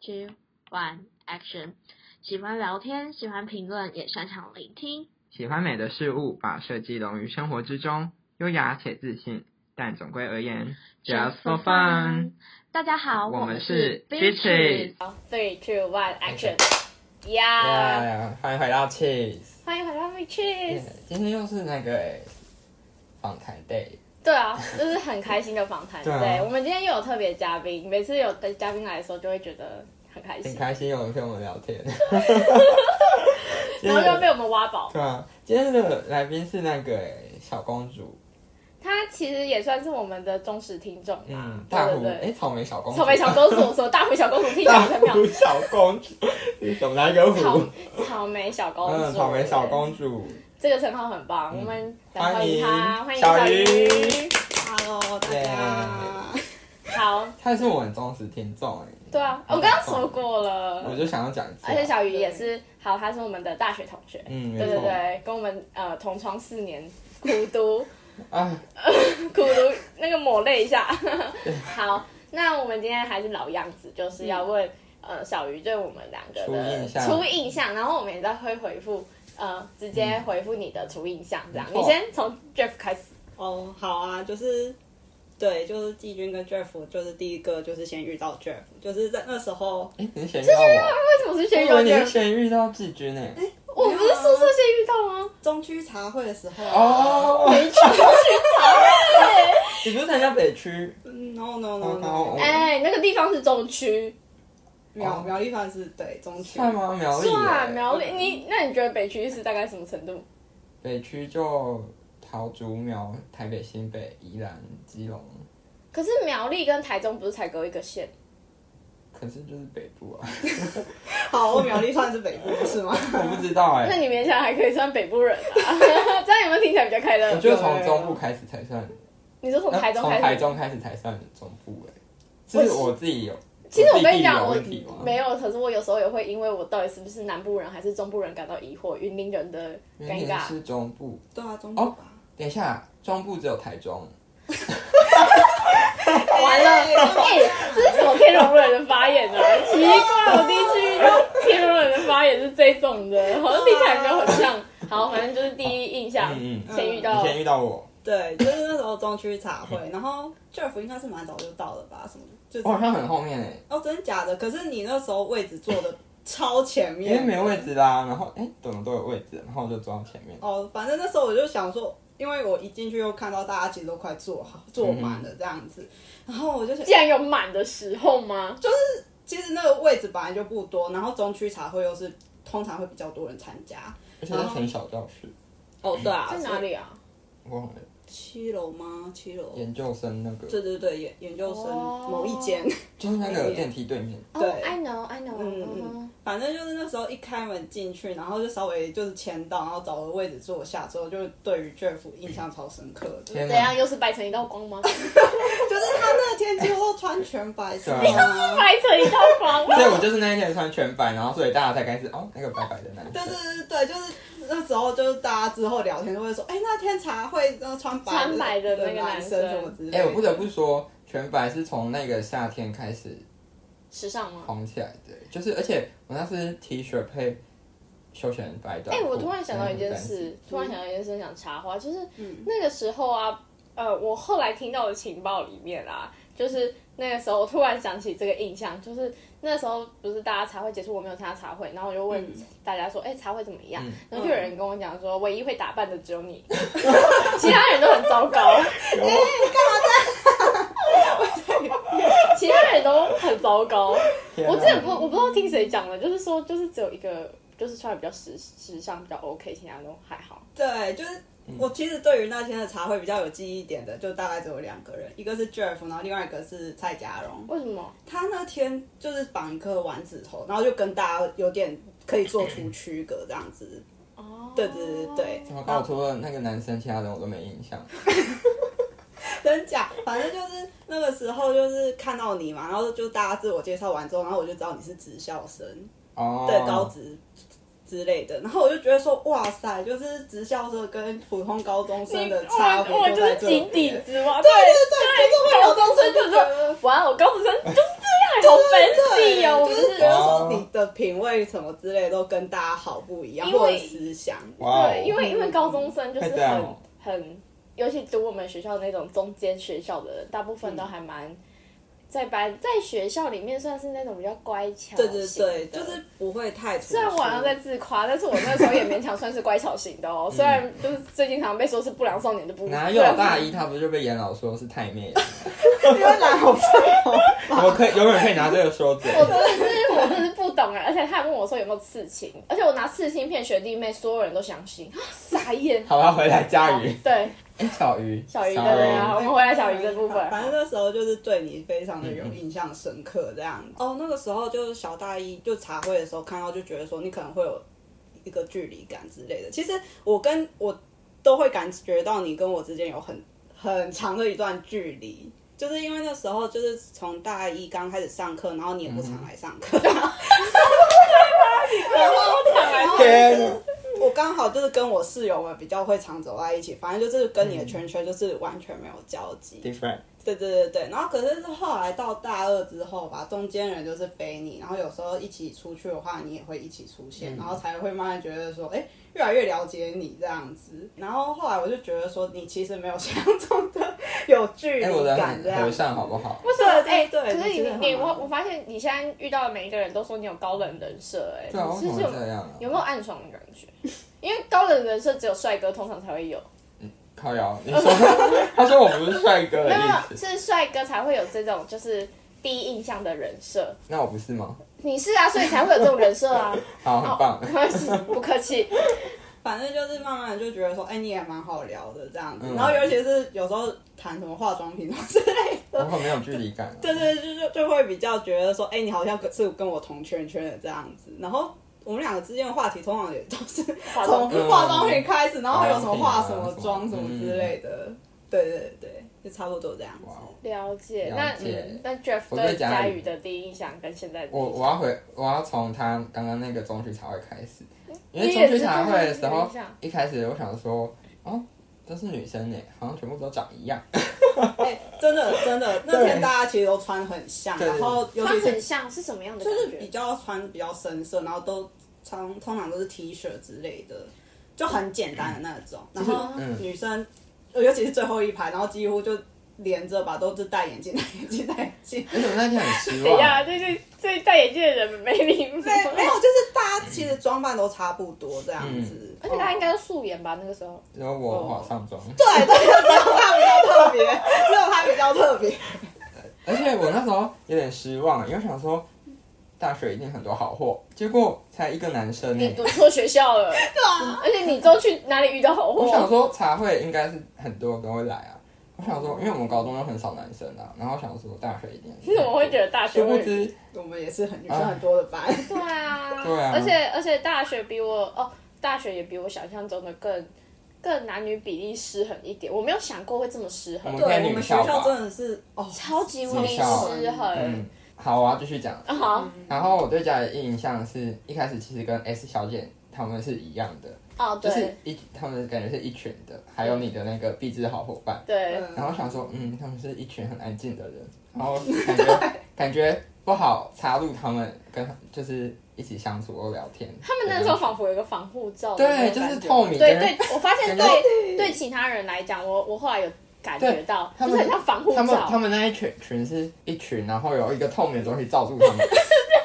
two one action。喜欢聊天，喜欢评论，也擅长聆听。喜欢美的事物，把设计融于生活之中，优雅且自信。但总归而言，just for fun。大家好，我们们是是 Beaches Beaches。好，three two one action，呀！耶！欢迎回到 Cheese。欢迎回到 m e Cheese。今天又是那个欸访谈 day，对啊，就是很开心的访谈。对啊我们今天又有特别嘉宾，每次有嘉宾来的时候就会觉得很开很心，开心有人跟我们聊天。 然后又被我们挖宝。对啊，今天的来宾是那个欸小公主，她其实也算是我们的忠实听众啦嗯，，大对胡对哎对。草莓小公主，草莓小公主， 什么大虎小公主听起来大很妙。胡小公主，你怎么来个草胡？草莓小公主，嗯，草莓小公主，嗯这个称号很棒，我们来欢欢迎迎她，欢迎小小鱼鱼。 Hello，大家。好，她是我很忠实听众哎。对啊，我刚刚说过了。我就想要讲一次啊，而且小鱼也是，好，他是我们的大学同学，嗯，没对对错，对，跟我们呃同窗四年，苦读啊， 苦读那个抹泪一下。 好，那我们今天还是老样子，就是要问、呃小鱼对我们两个嗯初的印象初印象，然后我们也在会回复呃直接回复你的初印象这样。没错你先从 Jeff 开始，哦，好啊，就是对，就是季军跟 Jeff，就是第一个就是先遇到 Jeff，就是在那时候，哎，你是先遇到我，为什么是先遇我到以为哦你是 Jeff？先遇到季军哎，我们不是宿舍啊先遇到吗？中区茶会的时候，啊哦，没错，你不是参加北区？嗯，no no no 哦 no，哎、那个地方是中区，苗苗栗算是对中区，算吗？苗栗耶，算啊苗哦栗。你那你觉得北区是大概什么程度？北区就桃竹苗、台北、新北、宜兰、基隆，可是苗栗跟台中不是才隔一个县？可是就是北部啊，好，我苗栗算是北部 是吗？我不知道那哎，你勉强还可以算北部人啊， 这样有没有听起来比较快乐？我觉得从中部开始才算，你说从台中从开始，台中开始才算中部哎，这是我自己有，其实我跟你我讲，自我己地理有问题吗没有，可是我有时候也会因为我到底是不是南部人还是中部人感到疑惑，云林人的尴原来尬。是中部。对啊，中部哦吧。等一下，中部只有台中。完了，哎、这是什么天龙人的发言呢、啊？ 奇怪，我第一次遇到天龙人的发言是这种的，好像听起来没有很像。好，反正就是第一印象，嗯嗯，先遇你到先遇到我，对，就是那时候中区茶 会，然后 Jeff 应该是蛮早就到了吧？什么就我好像很后面哎，哦，真的假的？可是你那时候位置坐的超前因为面，哎没位置啦。然后哎，怎么都有位置，然后我就坐到前面。哦，反正那时候我就想说，因为我一进去又看到大家其实都快坐好坐满了这样子，然后我就想既，然有满的时候吗？其实那个位置本来就不多，然后中区茶会又是通常会比较多人参加。而且是很小教室，哦，对啊在哪？里啊？忘了七楼吗？七楼。研究生那个，对对对，研研究生哦某一间，就是那个电梯对面。哦、对 i know, I know，嗯嗯哼嗯， 反正就是那时候一开门进去，然后就稍微就是签到，然后找个位置坐下之后，就对于 Jeff 印象超深刻 的。天啊怎哪样？！又是掰成一道光吗？就是他那天几乎都穿全白色对啊。掰成一道光。对，我就是那一天穿全白，然后所以大家才开始哦，那个白白的男对生对。对对，就是那时候，就是大家之后聊天都会说，哎、那天茶会那穿白穿白的那个男男生生什么之类的。哎，我不得不说，全白是从那个夏天开始时尚吗？红起来的，就是而且我那是 T 恤配休闲白短哎、裤。我突然想到一件嗯，事，突然想到一件事，想插话，就是嗯那个时候啊，呃，我后来听到的情报里面啊，就是那个时候我突然想起这个印象，就是那时候不是大家茶会结束，我没有参加茶会，然后我就问大家说，哎、茶会怎么样？嗯然后就有人跟我讲说，唯一会打扮的只有你，其他人都很糟糕。 其他人都很糟糕。啊我之前不，我不知道听谁讲的，就是说，就是只有一个，就是穿的比较时时尚，比较 OK，其他都还好。对，就是嗯我其实对于那天的茶会比较有记忆点的，就大概只有两个人，一个是 Jeff，然后另外一个是蔡佳荣。为什么？他那天就是绑一颗丸子头，然后就跟大家有点可以做出区隔这样子。哦，对对对对我告除了那个男生，其他人我都没印象。真假，反正就是那个时候就是看到你嘛，然后就大家自我介绍完之后，然后我就知道你是职校生，哦，对高职之类的，然后我就觉得说哇塞，就是职校生跟普通高中生你的差别我我就就在是这井里。底之蛙。对对对，就是会有高中生就这种说，哇，我高中生就是这样，好 fancy 哦，我们对，是就是的品味什么之类都跟大家好不一样，因为或者思想。哇哦对，因为因为高中生就是太赞了很很，尤其读我们学校那种中间学校的人，大部分都还蛮在班在学校里面算是那种比较乖巧型的。对对对，就是不会太突出。虽虽然我好像在 自夸，但是我那时候也勉强算是乖巧型的哦。虽然就是最近常被说是不良少年的部分，哪有大一他不就被严老说是太妹？因为蓝好正哦，我可以永远可以拿这个说 嘴。 我真的是我真的是不懂哎，而且他还问我说有没有刺青，而且我拿刺青骗学弟妹，所有人都相信， 傻眼。好吧，回来嘉瑜，对，哎，小鱼，小鱼 Sorry 对对啊，我们回来小鱼这部反分。正那时候就是对你非常的有印象深刻这样。哦，那个时候就是小大一就茶会的时候看到，就觉得说你可能会有一个距离感之类的。其实我跟我都会感觉到你跟我之间有很很长的一段距离。就是因为那时候就是从大一刚开始上课，然后你也不常来上课，来然后上课天啊， 我刚好就是跟我室友们比较会常走在一起，反正就是跟你的圈圈就是完全没有交集。 different，对对对对，然后可是是后来到大二之后吧，中间人就是非你，然后有时候一起出去的话，你也会一起出嗯现，然后才会慢慢觉得说，哎，越来越了解你这样子。然后后来我就觉得说，你其实没有想象中的有距哎，我离的感很这样和。善好不好？为什么？对哎，对对可是你你真的很你忙我我发现你现在遇到的每一个人都说你有高冷人设，哎，对啊，为你什是么会不是有这样啊？有没有暗爽的感觉？ 因为高冷人设只有帅哥通常才会有，靠摇，你说 他说我不是帅哥没的有 没有意思，是帅哥才会有这种就是第一印象的人设。那我不是吗？你是啊，所以才会有这种人设 啊。好，很棒。 不 客气。反正就是慢慢就觉得说，哎，你也蛮好聊的这样子。嗯然后尤其是有时候谈什么化妆品啊之类的，我很没有距离感啊。对对，就就就会比较觉得说，哎、你好像跟是跟我同圈圈的这样子。然后我们两个之间的话题通常也都是化妆嗯啊从品化妆品开始，然后还有什么化化什妆品啊么妆什么之类的。对对对对，就差不多这样子哇。哦，了解，了那解嗯那 Jeff 我对对佳佳宇宇的第一印象跟现在的我我要回，我要从他刚刚那个中区茶会开始，因为你也中是区茶会的时对他有候印象，一开始我想说，哦，都是女生呢，好像全部都长一 样。哎、真的真的，那天大家其实都穿很像，对然后尤穿其很是像是什么样的就感是比觉？较穿比较深色，然后都常通常都是 T 恤之类的，就很简单的那种。然后嗯女生，呃尤其是最后一排，然后几乎就连着吧，都是戴眼镜、戴眼镜、戴眼 镜。而且我那天很失哎等一下，望，就是这戴眼镜的人没礼貌，没没有，就是大家其实装扮都差不多这样嗯子，而且他应该是素颜吧？那个时候，然后我化上妆，对对，只有他比较特别， 只有他比较特别。而且我那时候有点失望，因为想说大学一定很多好货，结果才一个男生你呢。读错学校了， 对啊，而且你都去哪里遇到好我想货？说茶会应该是很多人都会来啊，我想说，因为我们高中都很少男生啊，然后想说大学一定很多。你 怎么会觉得大学殊不会？知，我们也是啊很女生很多的班，对啊，对啊而且而且大学比我哦，大学也比我想象中的更更男女比例失衡一点，我没有想过会这么失衡我，们对在我女们学校校吧，真的是哦，超级无女敌校失衡。嗯嗯，好，我要继续讲。好，然后我对家里的印象是一开始其实跟 S 小姐她们是一样的，哦，就对、是一她们感觉是一群的，还有你的那个壁纸好伙伴。对，嗯然后想说，嗯，他们是一群很安静的人，然后感 觉感觉不好插入他们跟就是一起相处或聊天。他们那时候仿佛有一个防护罩的对，那种感觉，就是透明的对人，对，我发现感觉 对对其他人来讲，我我后来有感觉到，他就们是很像防护他们他罩。们那一群群是一群，然后有一个透明的东西罩住 他们，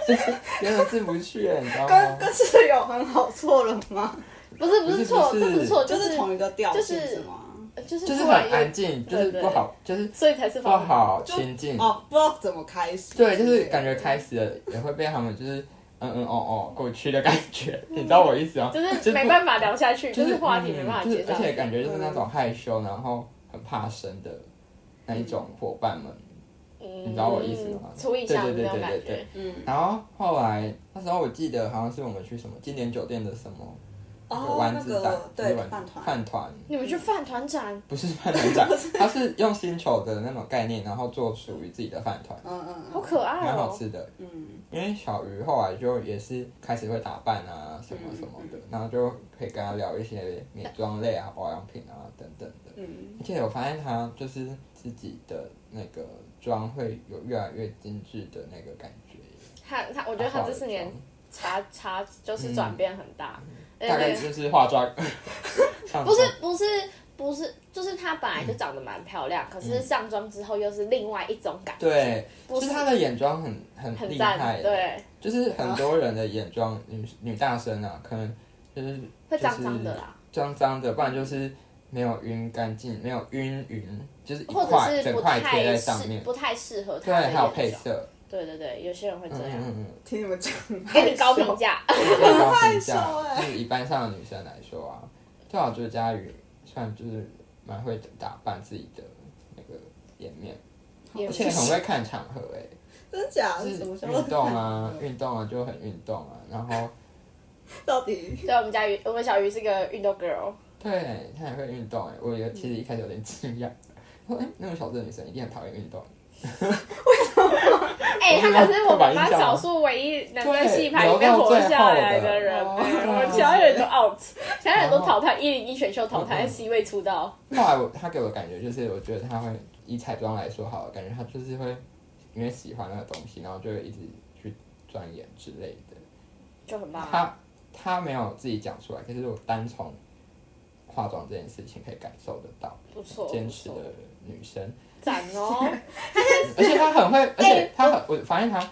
就是真的进不去，你知道跟吗？跟室友很好错了吗？不是不不是是错，不这是不是错，就就是是同一个调性就是是嗯吗？就是就是突然很有安静，就是对不好，就是所以才是不防护罩。好就亲近。哦，不知道怎么开始。对，就是感觉开始了也会被他们就是嗯嗯哦哦过去的感 觉，你知道我意思吗？就是没办法聊下去，就就是是话题没嗯办法就是接上而。且感觉就是那种害羞，然后很怕生的那一种伙伴们。你你知道我意思吗初印象的对对那对种感对对觉对。嗯，然后后来那时候我记得好像是我们去什么经典酒店的什么哦，丸那子蛋个，对不是丸饭子团，饭团你们去饭团展，不是饭 团展，它是用星球的那种概念，然后做属于自己的饭团，嗯嗯好嗯可爱蛮好哦！吃的。嗯，因为小鱼后来就也是开始会打扮啊，什么什么嗯的，然后就可以跟他聊一些美妆类啊、保养品啊等等的。嗯而且我发现他就是自己的那个妆会有越来越精致的那个感觉。他他，我觉得他这四年化差差就是转变很大，而嗯大概且就是化妆， 上不是妆不是不是，就是她本来就长得蛮漂亮，可是上妆之后又是另外一种感嗯觉，对，不就是是她的眼妆很很很厉赞，害，，对，哦就是很多人的眼妆，女女大生啊，可能就是会脏脏的啦，脏脏的，不然就是没有晕干净，没有晕匀，就是一或者块是整不块贴太在上适面，不太适合对，她还的有眼配妆，色，对对对，有些人会嗯这嗯样，嗯听你们讲，给你高 评价，嗯，很高评价害羞，欸就是以班上的女生来说啊，对啊，我觉得佳宇算就是蛮会打扮自己的那个颜面，也而不且是很会看场合诶、 真假就是是什么时运候动啊，运动啊就很运动啊，然后 到底 对，我们家鱼，我们小鱼是个运动哦 girl，对她也会运动诶、我也其实一开始有点惊讶，说诶、那么小只的女生一定很讨厌运动，哎、他可是我们班少数唯一能在戏排里面活下来的人、啊哦对哦留到最后哎的我们其他人都 out，其他人都淘汰，一零一选秀淘汰，C 位出道。后来我她给我的感觉就是，我觉得她会以彩妆来说好了，感觉她就是会因为喜欢那个东西，然后就会一直去钻研之类的。就很棒啊，他他没有自己讲出来，可是我单从化妆这件事情可以感受得到不错，坚不持错的，女生，赞 哦！而且她很会，而且她很，我发现她，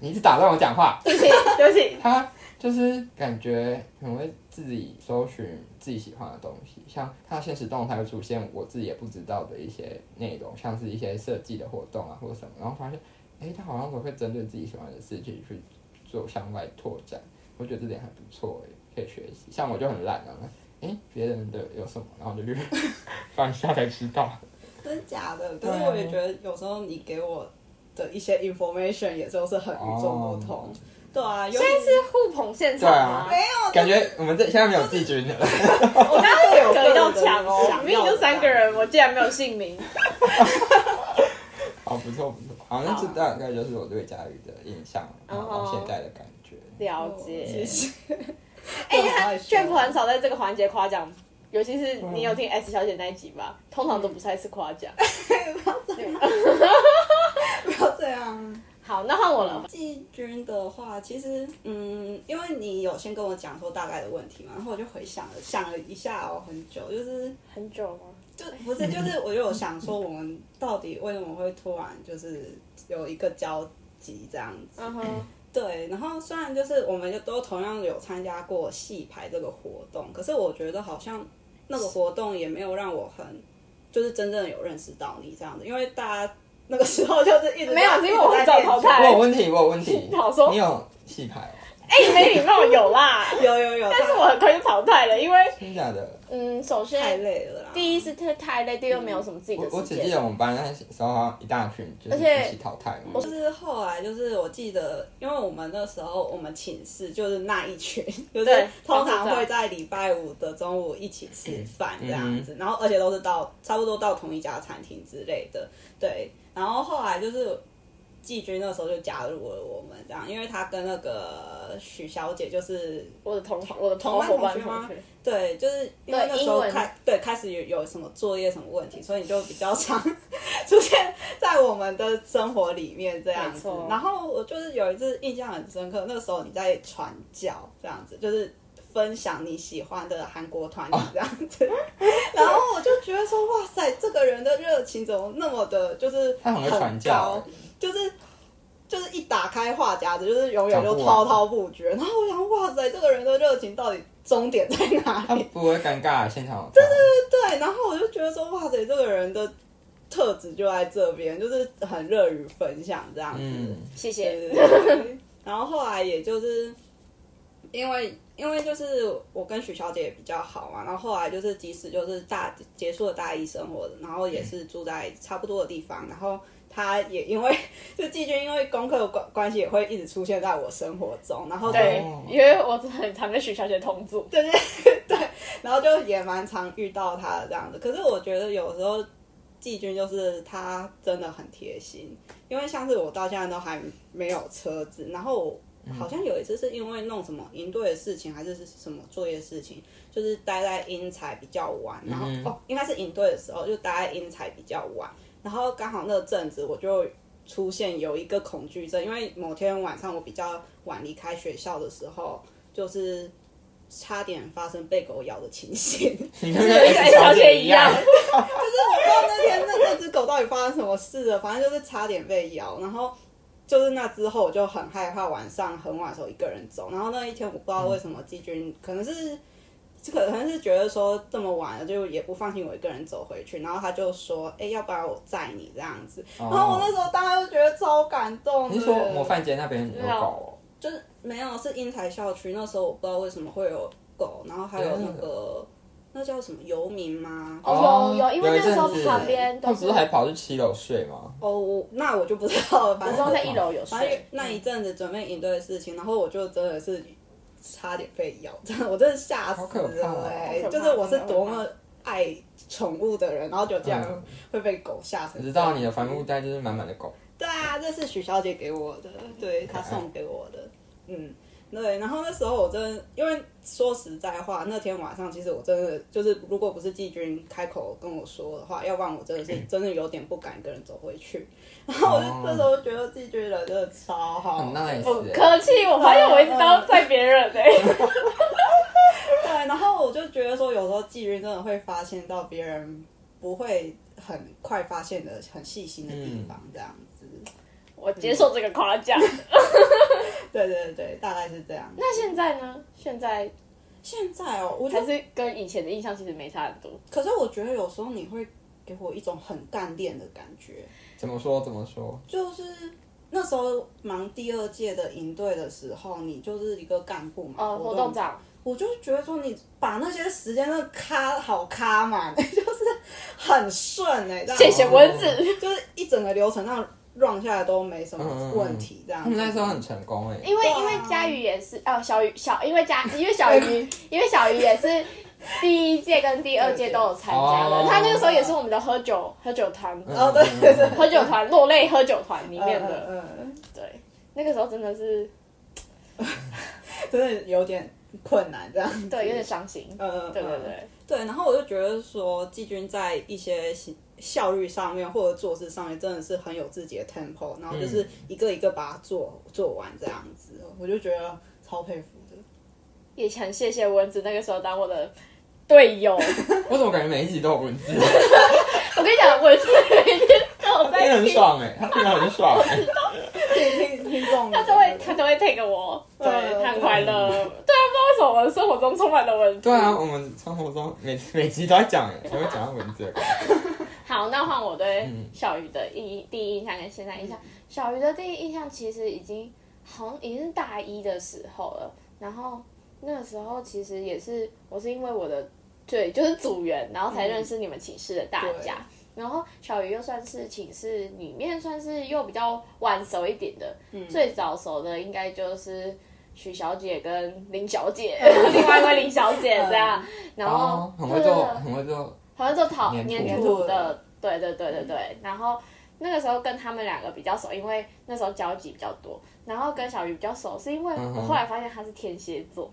你一直打断我讲话，对不起，对不起，她就是感觉很会自己搜寻自己喜欢的东西，像她现实动态会出现我自己也不知道的一些内容，像是一些设计的活动啊或者什么，然后发现，诶，她好像都会针对自己喜欢的事情去做向外拓展，我觉得这点还不错诶，可以学习。像我就很懒啊，诶，别人的有什么，然后我就去 翻一下才知道。真假的？对可啊是我也觉得有时候你给我的一些 information 也都是很与众不同。对啊，尤其是哦是互捧现场吗？对感觉我们这现在没有季军了，我刚刚啊有隔一道墙有个人哦，想明明就三个人，我竟然没有姓名。好哦不错不错，好，那这大概就是我对佳宇的印象，然后到现在的感觉。了谢哦解，谢。哎、好他害羞 Jeff 很少在这个环节夸奖，尤其是你有听 S 小姐那一集吧？通常都不太是夸 奖。不要这样。好，那换我了。季军的话，其实嗯，因为你有先跟我讲说大概的问题嘛，然后我就回想了想了一下哦，很久，就是很久吗？就不是就是我就有想说，我们到底为什么会突然就是有一个交集这样子？嗯哼，对，然后虽然就是我们就都同样有参加过戏排这个活动，可是我觉得好像那个活动也没有让我很就是真正的有认识到你这样子，因为大家那个时候就是一直在没有是因为我很早淘汰我有问题，我有问题。好说你有戏牌哦？哎、没礼貌有啦，有有有，但是我很快就淘汰了，因为真假的？嗯，首太先累了啦。第一是太太累，第二没有什么自己我的我时只记间。得我们班那时候好像一大群，就而是且一起淘汰嘛我。就是后来就是我记得，因为我们那时候我们寝室就是那一群， 就是通常会在礼拜五的中午一起吃饭这样子，然后而且都是到差不多到同一家餐厅之类的，对。然后后来就是季军那时候就加入了我们这样，因为他跟那个许小姐就是我的同学，我的同班伙伴同学吗学，对，就是因为对那时候英文开对开始有有什么作业什么问题，所以你就比较常 出现在我们的生活里面这样没子错。然后我就是有一次印象很深刻，那时候你在传教这样子，就是分享你喜欢的韩国团哦体这样子，然后我就觉得说哇塞，这个人的热情怎么那么的，就是他很会传教欸高，就是就是一打开话匣子，就是永远讲就不完滔滔不绝。然后我想，哇塞，这个人的热情到底终点在哪他里？不会尴尬，现场对对对，然后我就觉得说，哇塞，这个人的特质就在这边，就是很乐于分享这样子。嗯，谢谢。对 对对对然后后来也就是因为因为就是我跟许小姐也比较好嘛，然后后来就是即使就是大结束了大一生活，然后也是住在差不多的地方，然后。她也因为 就季军，因为功课关关系也会一直出现在我生活中，然后就对哦，因为我很常跟许小姐同组，对对对，然后就也蛮常遇到他的这样子。可是我觉得有时候季军就是他真的很贴心，因为像是我到现在都还没有车子，然后我。好像有一次是因为弄什么营队的事情，还是是什么作业事情，就是待在英才比较晚，然后、嗯哦，应该是营队的时候就待在英才比较晚，然后刚好那阵子我就出现有一个恐惧症，因为某天晚上我比较晚离开学校的时候，就是差点发生被狗咬的情形。 你跟那个跟 S 小小姐姐一一样样，我不知道那天那那只狗到底发生什么事了，反正就是差点被咬。然后就是那之后我就很害怕晚上很晚的时候一个人走。然后那一天我不知道为什么季军可能是。可能是觉得说这么晚了，就也不放心我一个人走回去，然后他就说：“哎、要不然我载你这样子。然后我那时候当然就觉得超感哦动的。你是说模范街那边有没有狗哦就是没有是英才校区，那时候我不知道为什么会有狗，然后还有那个、那叫什么游民吗？哦？有有因为那一阵时候子旁边都他们是不是还跑去七楼睡吗？哦，我那我就不知道了，反我正之后在一楼有反正睡，那一阵子准备应对的事情，然后我就真的是差点被咬，真的我真的吓好死可怕了哦好可哎、怕就是我是多么爱宠物的人，然后就这样嗯会被狗吓成我这知样。道你的帆布袋就是满满的狗，对啊，这是许小姐给我的，对她送给我的，嗯。对，然后那时候我真的，因为说实在话，那天晚上其实我真的就是，如果不是季军开口跟我说的话，要不然我真的是真的有点不敢一个人走回去。 然后我就、哦这时候觉得季军人真的超好，很 nice 不欸。客气，我发现我一直都在别人哎、对，然后我就觉得说，有时候季军真的会发现到别人不会很快发现的很细心的地方，这样子。 我接受这个夸奖。对对对，大概是这样。那现在呢？现在现在哦，我觉还得，是跟以前的印象其实没差很多。可是我觉得有时候你会给我一种很干练的感觉，怎么说？怎么说？就是那时候忙第二届的营队的时候，你就是一个干部嘛，呃，活动长，我就觉得说你把那些时间都卡好卡满， 就是很顺哎、欸，这样谢谢蚊子，就是一整个流程让 run 下来都没什么问题，这样他子。们嗯那时候很成功哎，因为对啊因为佳宇也是，呃，小雨小，因为佳因为小 鱼，因为小鱼也是第一届跟第二届都有参加的 哦，他那个时候也是我们的喝酒喝酒团，哦对对对喝酒团落泪喝酒团里面的，嗯嗯对，那个时候真的是嗯真的有点困难这样。对有点伤心，呃，对对嗯对，对，然后我就觉得说，季军在一些行效率上面或者做事上面，真的是很有自己的 tempo，然后就是嗯一个一个把它做做完这样子，我就觉得超佩服的。 也很谢谢蚊子那个时候当我的队友，我怎么感觉每一集都有蚊子？我跟你讲，蚊子每天都有他听得在 很听。爽哎，他听得很爽哎。听听众，他都会，他都会 take 我，对，嗯他很快乐。对啊，不知道为什么我的生活中充满了蚊子。对啊，我们生活中每每集都在讲哎，都会讲到蚊子的感觉。好，那换我对嗯小鱼的一第一印象跟现在印象。小鱼的第一印象其实已经好像已经是大一的时候了，然后那个时候其实也是我是因为我的对就是组员，然后才认识你们寝室的大家。然后小鱼又算是寝室里面算是又比较晚熟一点的，最早熟的应该就是许小姐跟林小姐， 另外一位林小姐这样，然后哦，很会对啊做，很会做。好像做陶粘土粘土的，对对对对对。然后那个时候跟他们两个比较熟，因为那时候交集比较多。然后跟小鱼比较熟，是因为嗯我哼后来发现他是天蝎座，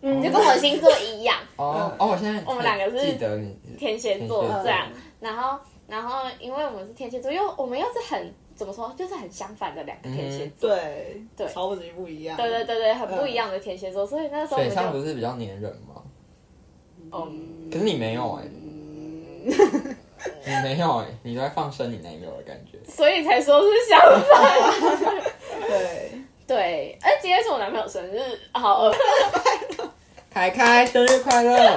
嗯就跟我的星座 一样，哦哦，我现在嗯我们两个是记得你天蝎座天蝎座这样。然后然后因为我们是天蝎座，又我们又是很怎么说，就是很相反的两个天蝎嗯座。对对超级不一样。对对对对，很不一样的天蝎嗯座，所以那时候我水们上就不是比较粘人吗？嗯，可是你没有哎，你没有哎，你都在放生你男友的感觉。所以才说是相反。对，对，哎，今天是我男朋友生日，好，呃凯凯生日快乐！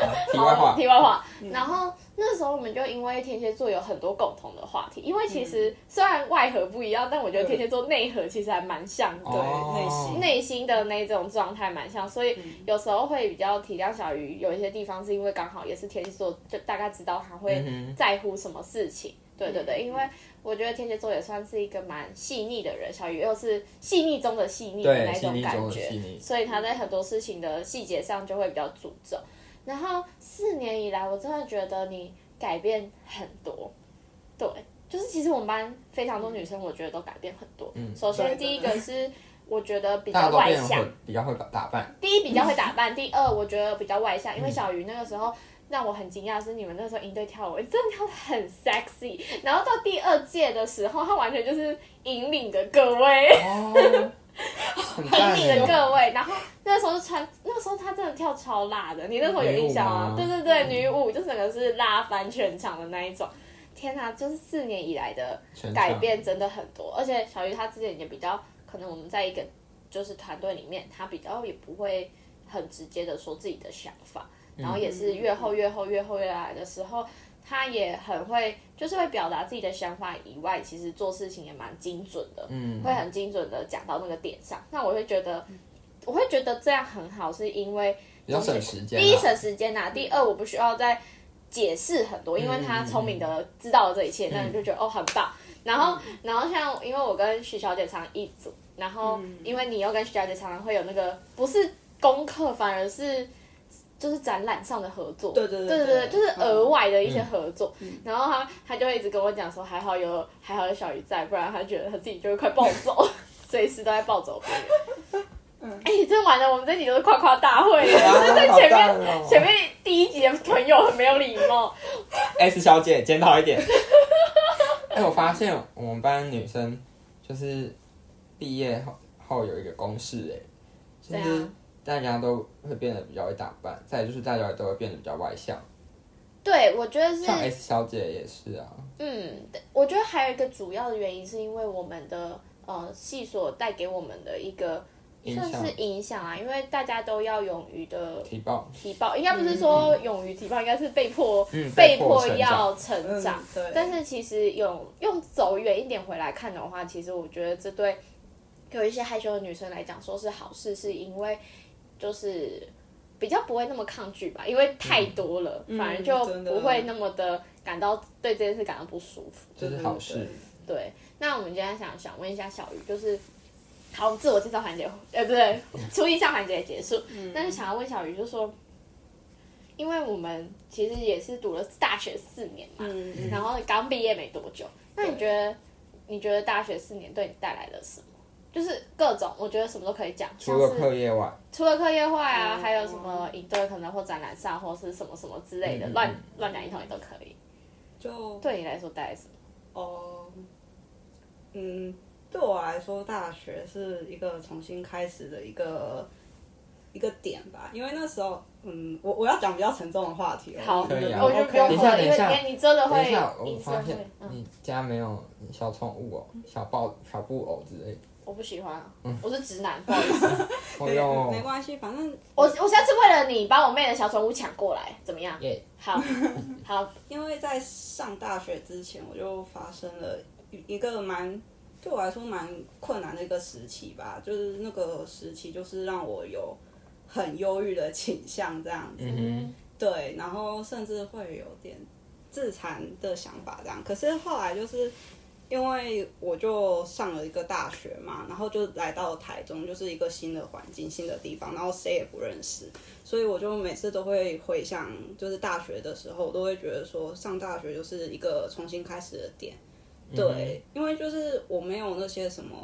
好题外话，哦题外话。然后那时候我们就因为天蝎座有很多共同的话题，因为其实虽然外核不一样，但我觉得天蝎座内核其实还蛮像的。哦内心内心的那种状态蛮像，所以有时候会比较体谅小鱼。有一些地方是因为刚好也是天蝎座，就大概知道他会嗯在乎什么事情。对对对，因为我觉得天蝎座也算是一个蛮细腻的人，小鱼又是细腻中的细腻的对那细种腻感中的觉细，腻所以他在很多事情的细节上就会比较注重。然后四年以来，我真的觉得你改变很多，对，就是其实我们班非常多女生，我觉得都改变很多。嗯首先对第一对个是我觉得比大较家都外变得向 会，比较会打扮，嗯第一比较会打扮，第二我觉得比较外向，因为小鱼那个时候。让我很惊讶的是，你们那时候营队跳舞真的跳的很 sexy，然后到第二届的时候，他完全就是引领的各位。哦，很引赞欸领耶的各位，然后那时候穿，那时候他真的跳超辣的，你那时候有印象女吗？对舞嗯对对，女舞就整个是辣翻全场的那一种。天哪、就是四年以来的全改场变真的很多，而且小鱼他之前也比较，可能我们在一个就是团队里面，他比较也不会很直接的说自己的想法，然后也是越后越后越后越来的时候，他也很会，就是会表达自己的想法以外，其实做事情也蛮精准的，嗯会很精准的讲到那个点上。那我会觉得，我会觉得这样很好，是因为比较省时间啊。第一省时间呐、第二我不需要再解释很多，因为他聪明的知道了这一切，嗯那你就觉得哦很棒。然后，然后像因为我跟许小姐常一组，然后嗯因为你又跟许小姐常常会有那个不是功课，反而是就是展览上的合作，对对对对对，对就是额外的一些嗯合作。然后他他就会一直跟我讲说，还好有还好有小鱼在，不然他觉得他自己就会快暴 走，随时都在暴走边缘。嗯哎、这完了，我们这集都是夸夸大会了，哦就 在前面前面第一集的朋友很没有礼貌， S 小姐检讨一点。哎、我发现我们班女生就是毕业后后有一个公式哎、怎就样是大家都会变得比较会打扮，再来就是大家都会变得比较外向， 对我觉得是像 S 小姐也是啊，嗯，我觉得还有一个主要的原因是因为我们的呃系所带给我们的一个影算响是影响啊，因为大家都要勇于的提报，提报，应该不是说勇于提报，应该是被迫、嗯被被迫成长要成长。嗯对但是其实有用走远一点回来看的话，其实我觉得这对有一些害羞的女生来讲说是好事，是因为就是比较不会那么抗拒吧，因为太多了，反而就嗯真的不会那么的感到对这件事感到不舒服。这是好事。对，那我们今天想想问一下小鱼，就是好自我介绍环节， 呃，不对，初印象环节结束。嗯但是想要问小鱼，就是说，因为我们其实也是读了大学四年嘛，嗯嗯然后刚毕业没多久，那你对觉得你觉得大学四年对你带来了什么？就是各种，我觉得什么都可以讲，除像了是课业外，除了课业会啊，嗯还有什么营队可能或展览上，或是什么什么之类的，嗯嗯乱嗯乱讲一通也都可以。就对你来说带来什么？哦，嗯，对我来说，大学是一个重新开始的一个一个点吧，因为那时候，嗯，我我要讲比较沉重的话题哦。好，可以啊我就不用等一喝下了，等因一为下因为你真的等会，一下我你真发的会现，嗯，你家没有小宠物哦，小抱小布偶之 类的，我不喜欢啊，嗯我是直男，不好意思，哦没哟没，关系，反正我我下次为了你把我妹的小宠物抢过来，怎么样？耶，好，好，因为在上大学之前，我就发生了一个蛮对我来说蛮困难的一个时期吧，就是那个时期就是让我有很忧郁的倾向这样子。嗯对，然后甚至会有点自残的想法这样。可是后来就是因为我就上了一个大学嘛，然后就来到台中，就是一个新的环境、新的地方，然后谁也不认识，所以我就每次都会回想，就是大学的时候，我都会觉得说上大学就是一个重新开始的点。对，因为就是我没有那些什么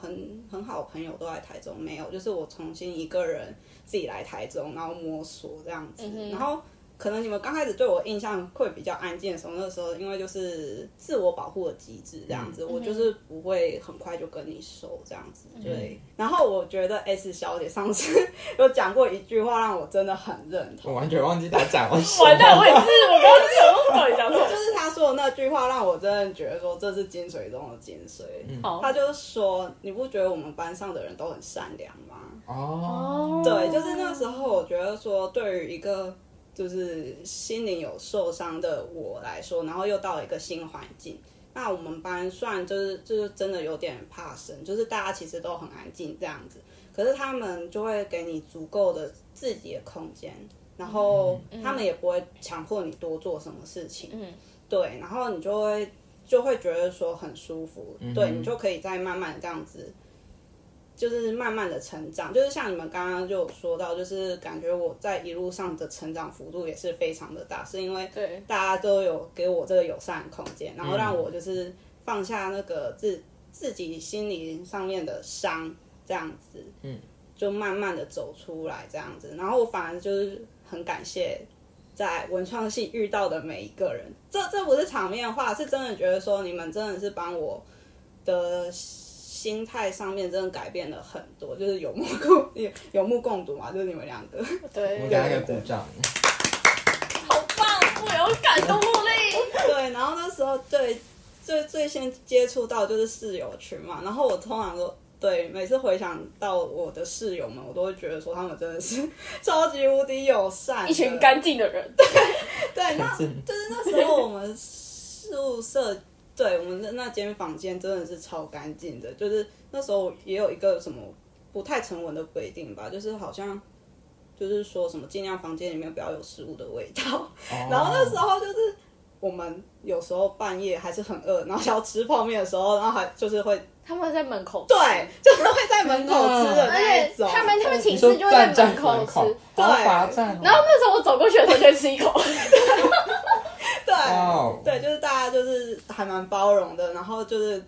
很很好的朋友都来台中，没有，就是我重新一个人自己来台中，然后摸索这样子。然后可能你们刚开始对我印象会比较安静的时候，那时候因为就是自我保护的机制这样子，我就是不会很快就跟你熟这样子。对，然后我觉得 S 小姐上次有讲过一句话，让我真的很认同我。完全忘记他讲 了什么。完蛋，我也是，我刚刚是想说到底想什就么？是他说的那句话，让我真的觉得说这是精髓中的精髓。好他就说：“你不觉得我们班上的人都很善良吗？”哦，对，就是那时候，我觉得说，对于一个就是心灵有受伤的我来说，然后又到了一个新环境，那我们班虽然就是就是真的有点怕生，就是大家其实都很安静这样子，可是他们就会给你足够的自己的空间，然后他们也不会强迫你多做什么事情，嗯，对，然后你就会就会觉得说很舒服，嗯哼对你就可以再慢慢地这样子，就是慢慢的成长，就是像你们刚刚就有说到，就是感觉我在一路上的成长幅度也是非常的大，是因为对，大家都有给我这个友善的空间，然后让我就是放下那个自自己心理上面的伤，这样子，嗯，就慢慢的走出来这样子，然后我反而就是很感谢在文创系遇到的每一个人，这这不是场面话，是真的觉得说你们真的是帮我的心态上面真的改变了很多，就是有目共有有目共睹嘛，就是你们两个。对，我对给他一个鼓掌。好棒，我有感动落泪。对，然后那时候对最最先接触到就是室友群嘛，然后我通常都对每次回想到我的室友们，我都会觉得说他们真的是 超级无敌友善的，一群干净的人，对，那就是那时候我们宿舍，对我们的那间房间真的是超干净的，就是那时候也有一个什么不太成文的规定吧，就是好像。就是说什么尽量房间里面不要有食物的味道，然后那时候就是我们有时候半夜还是很饿，然后想要吃泡面的时候，然后还就是会他们在门口吃。对，就是会在门口吃的而那一且种。他们他们寝你室说就会在站站门口门吃，口，对好罚哦站。哦然后那时候我走过去的时候就会吃 一口，对、哦对，就是大家就是还蛮包容的，然后就是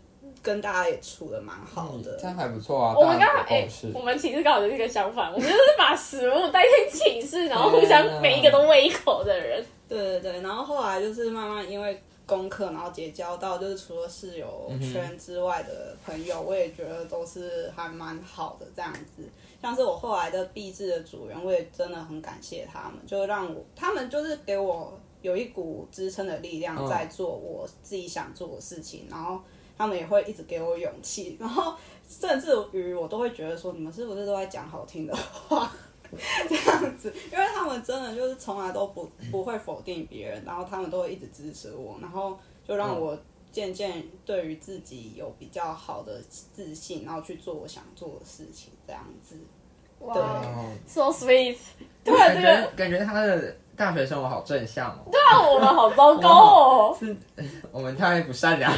跟大家也处的蛮好嗯的。这样还不错啊。我们大刚家好不哎、够吃我们寝室刚好就是一个相反，我们就是把食物带进寝室，然后互天相啊每一个都喂一口的人。对对对，然后后来就是慢慢因为功课，然后结交到就是除了室友圈之外的朋友，我也觉得都是还蛮好的这样子。像是我后来的毕制的组员，我也真的很感谢他们，就让我他们就是给我有一股支撑的力量，嗯在做我自己想做的事情，然后。他们也会一直给我勇气，然后甚至于我都会觉得说，你们是不是都在讲好听的话？这样子，因为他们真的就是从来都不不会否定别人，然后他们都会一直支持我，然后就让我渐渐对于自己有比较好的自信，然后去做我想做的事情，这样子。哇对哦，so sweet！突然感这觉个感觉他的大学生活好正向哦。让我们好糟糕哦。是，我们太不善良。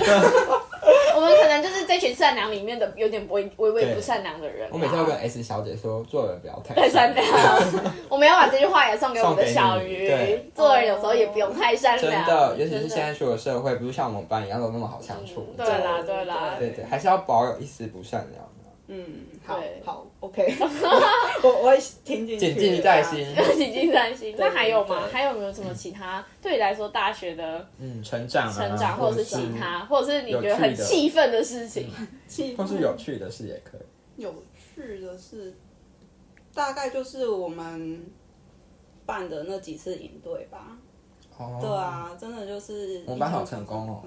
我们可能就是这群善良里面的有点微微微对不善良的人啊。我每次都跟 S 小姐说，做人不要太太善 良，我们要把这句话也送给我们的小送给鱼你对。做人有时候也不用太善真良，的，尤其是真的现在出了社会，不是像我们班一样都那么好相处嗯。对啦，对啦， 对对，还是要保有一丝不善良啊。嗯，好对好，OK，我 我会听进去的，谨记在心。谨记在心。那还有吗对？还有没有什么其他对你来说大学的嗯，成长啊，成长，或者是其他，或者是你觉得有趣的很气愤的事情？气或是有趣的事也可以。有趣的是，大概就是我们办的那几次营队吧。哦对，啊，真的就是我们班好成功哦。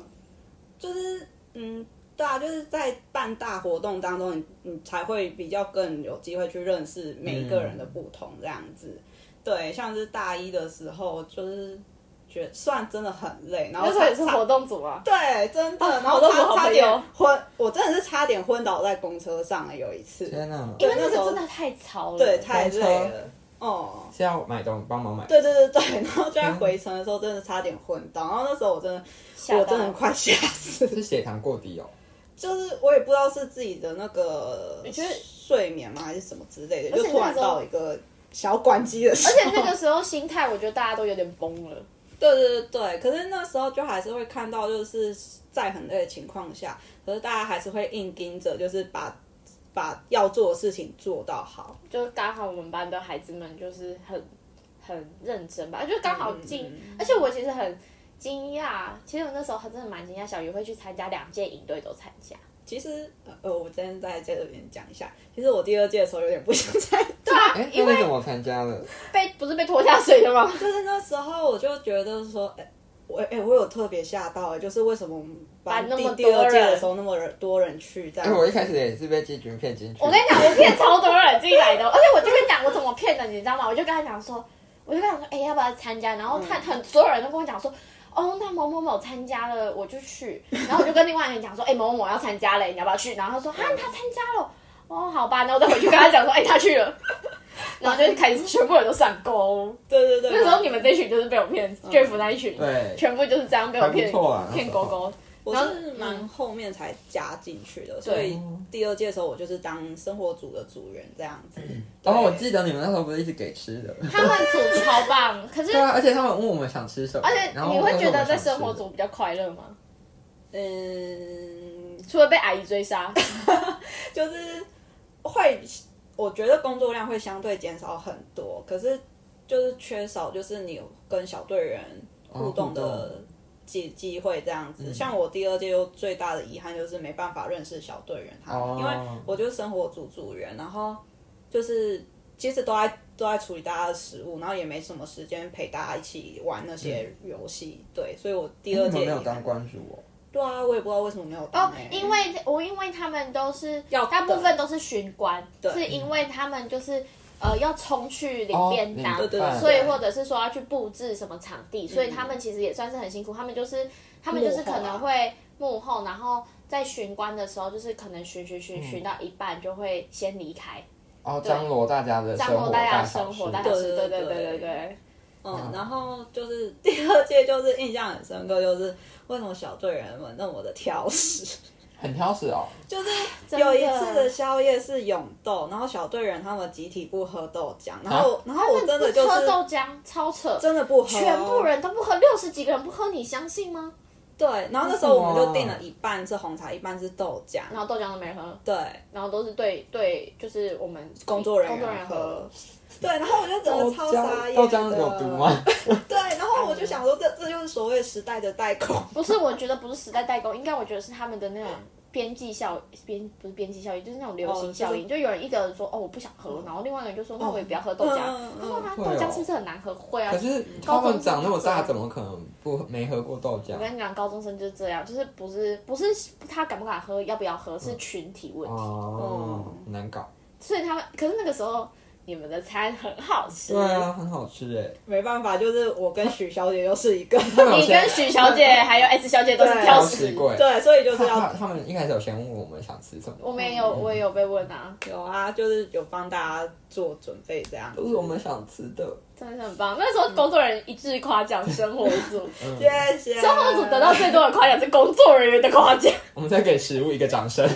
就是嗯，对啊，就是在办大活动当中，你你才会比较更有机会去认识每一个嗯人的不同这样子。对，像是大一的时候，就是觉算真的很累，然后那时候也差是活动组啊，对，真的，哦然后活动组差好差朋点友昏，我真的是差点昏倒在公车上了有一次，天哪！因对为那那时个候真的太吵了，对，太累公车了，哦。是要买东帮忙买。对对对对，然后就在回程的时候，真的差点昏倒。然后那时候我真的，吓我到真的快吓死。是血糖过低哦。就是我也不知道是自己的那个觉得睡眠吗，还是什么之类的，而且那就突然时候到一个小关机的时而候。且那个时候心态，我觉得大家都有点崩了。对对对 对，可是那时候就还是会看到，就是在很累的情况下，可是大家还是会硬盯着，就是把把要做的事情做到好。就刚好我们班的孩子们就是很很认真吧，就刚好进，嗯而且我其实很惊讶，其实我那时候还真的蛮惊讶，小鱼会去参加两届营队都参加，其实，呃呃，我今天在这边讲一下，其实我第二届的时候有点不想参加对啊，哎，因那你为怎么参加了？被不是被拖下水的吗？ 就是那时候我就觉得说，哎、我哎、我有特别吓到、哎，就是为什么我们班班那第么第多二届的人时候那么人多人去这哎，样。我一开始也是被季军骗进去。我跟你讲，我骗超多人进来的，而且我就跟你讲我怎么骗的，你知道吗？我就跟他讲说，我就跟他讲说，哎、要不要参加？然后他很所有人都跟我讲说。哦，那某某某参加了，我就去。然后我就跟另外一个人讲说，哎、某某某要参加嘞，你要不要去？然后他说，啊，他参加了，哦，好吧。然后我再回去跟他讲说，哎、他去了。然后就开始全部人都上钩。对对对，那时候你们这群就是被我骗，Jeff 那一群，对，全部就是这样被我骗还不错啊，骗那时候狗狗。我然后嗯是蛮后面才加进去的，所对以第二届的时候我就是当生活组的组员这样子。哦，我对记得你们那时候不是一直给吃的？他们组超棒，可是对啊，而且他们问我们想吃什么，而且然后你会觉得在问生我活们想吃的中比较快乐吗？嗯，除了被阿姨追杀，就是会，我觉得工作量会相对减少很多，可是就是缺少，就是你跟小队员互动哦互的动机机会这样嗯子。像我第二届就最大的遗憾就是没办法认识小队员他们，哦因为我就是生活组组员，然后就是其实都在都在处理大家的食物，然后也没什么时间陪大家一起玩那些游戏。对，所以我第二哎你怎么届没有遗当憾关主哦？对啊，我也不知道为什么没有当、哦 欸，因为我因为他们都是要大部分都是巡官，对是因为他们就是呃要冲去领哦便当，领嗯对嗯对对所以或者是说要去布置什么场地，所以他们其实也算是很辛苦，他们就是他们就是幕后啊可能会幕后，然后在巡官的时候就是可能巡巡巡巡到一半就会先离开，哦，张罗大家的生然哦后活大家大的小生事活，大家对是对对对对对对对。嗯，然后就是第二届，就是印象很深刻，就是为什么小队员们那么的挑食，很挑食哦。就是真的有一啊次的宵夜是永豆，然后小队员他们集体不喝豆啊浆，然后、然后我真的就不喝是豆浆，超扯，真的不喝，哦全部人都不喝，六十几个人不喝，你相信吗？对，然后那啊时候我们就订了一半是红茶，一半是豆浆，然后豆浆都没喝，对，然后都是对对，就是我们工作人工作人员员喝喝。，对，然后我就整豆个超傻浆眼豆的。浆有毒吗？ 对，然后我就想说这，这就是所谓时代的 代沟。不是，我觉得不是时代代沟，应该我觉得是他们的那种边际效边不是边际效应，就是那种流行效应，哦就有人一个人说哦我不想喝，然后另外一个人就说哦那我也不要喝豆浆，嗯嗯他说那会豆哦浆是不是很难喝？会啊可。是他们长那么大，怎么可能不没喝过豆浆我？跟你讲，高中生就是这样，就是不是不是他敢不敢喝，要不要喝，是群体问题。哦，很难搞。所以他们，可是那个时候你们的餐很好吃，对啊，很好吃哎。没办法，就是我跟许小姐又是 一个。啊你跟许小姐还有 S 小姐都是挑对挑食食鬼对，所以就是他他要他们一开始有先问我们想吃什么，我们也有，我也有被问啊，有啊，就是有帮大家做准备这样子。都是我们想吃的。真的是很棒。那时候工作人员一致夸奖生活组，嗯谢谢。生活组得到最多的夸奖是工作人员的夸奖。我们再给食物一个掌 声。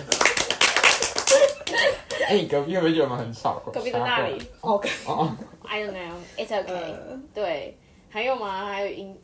哎、你隔壁有没有觉得我们很吵？隔壁在那里，OK，哦， I don't know, it's okay、呃对，还有吗？还有音？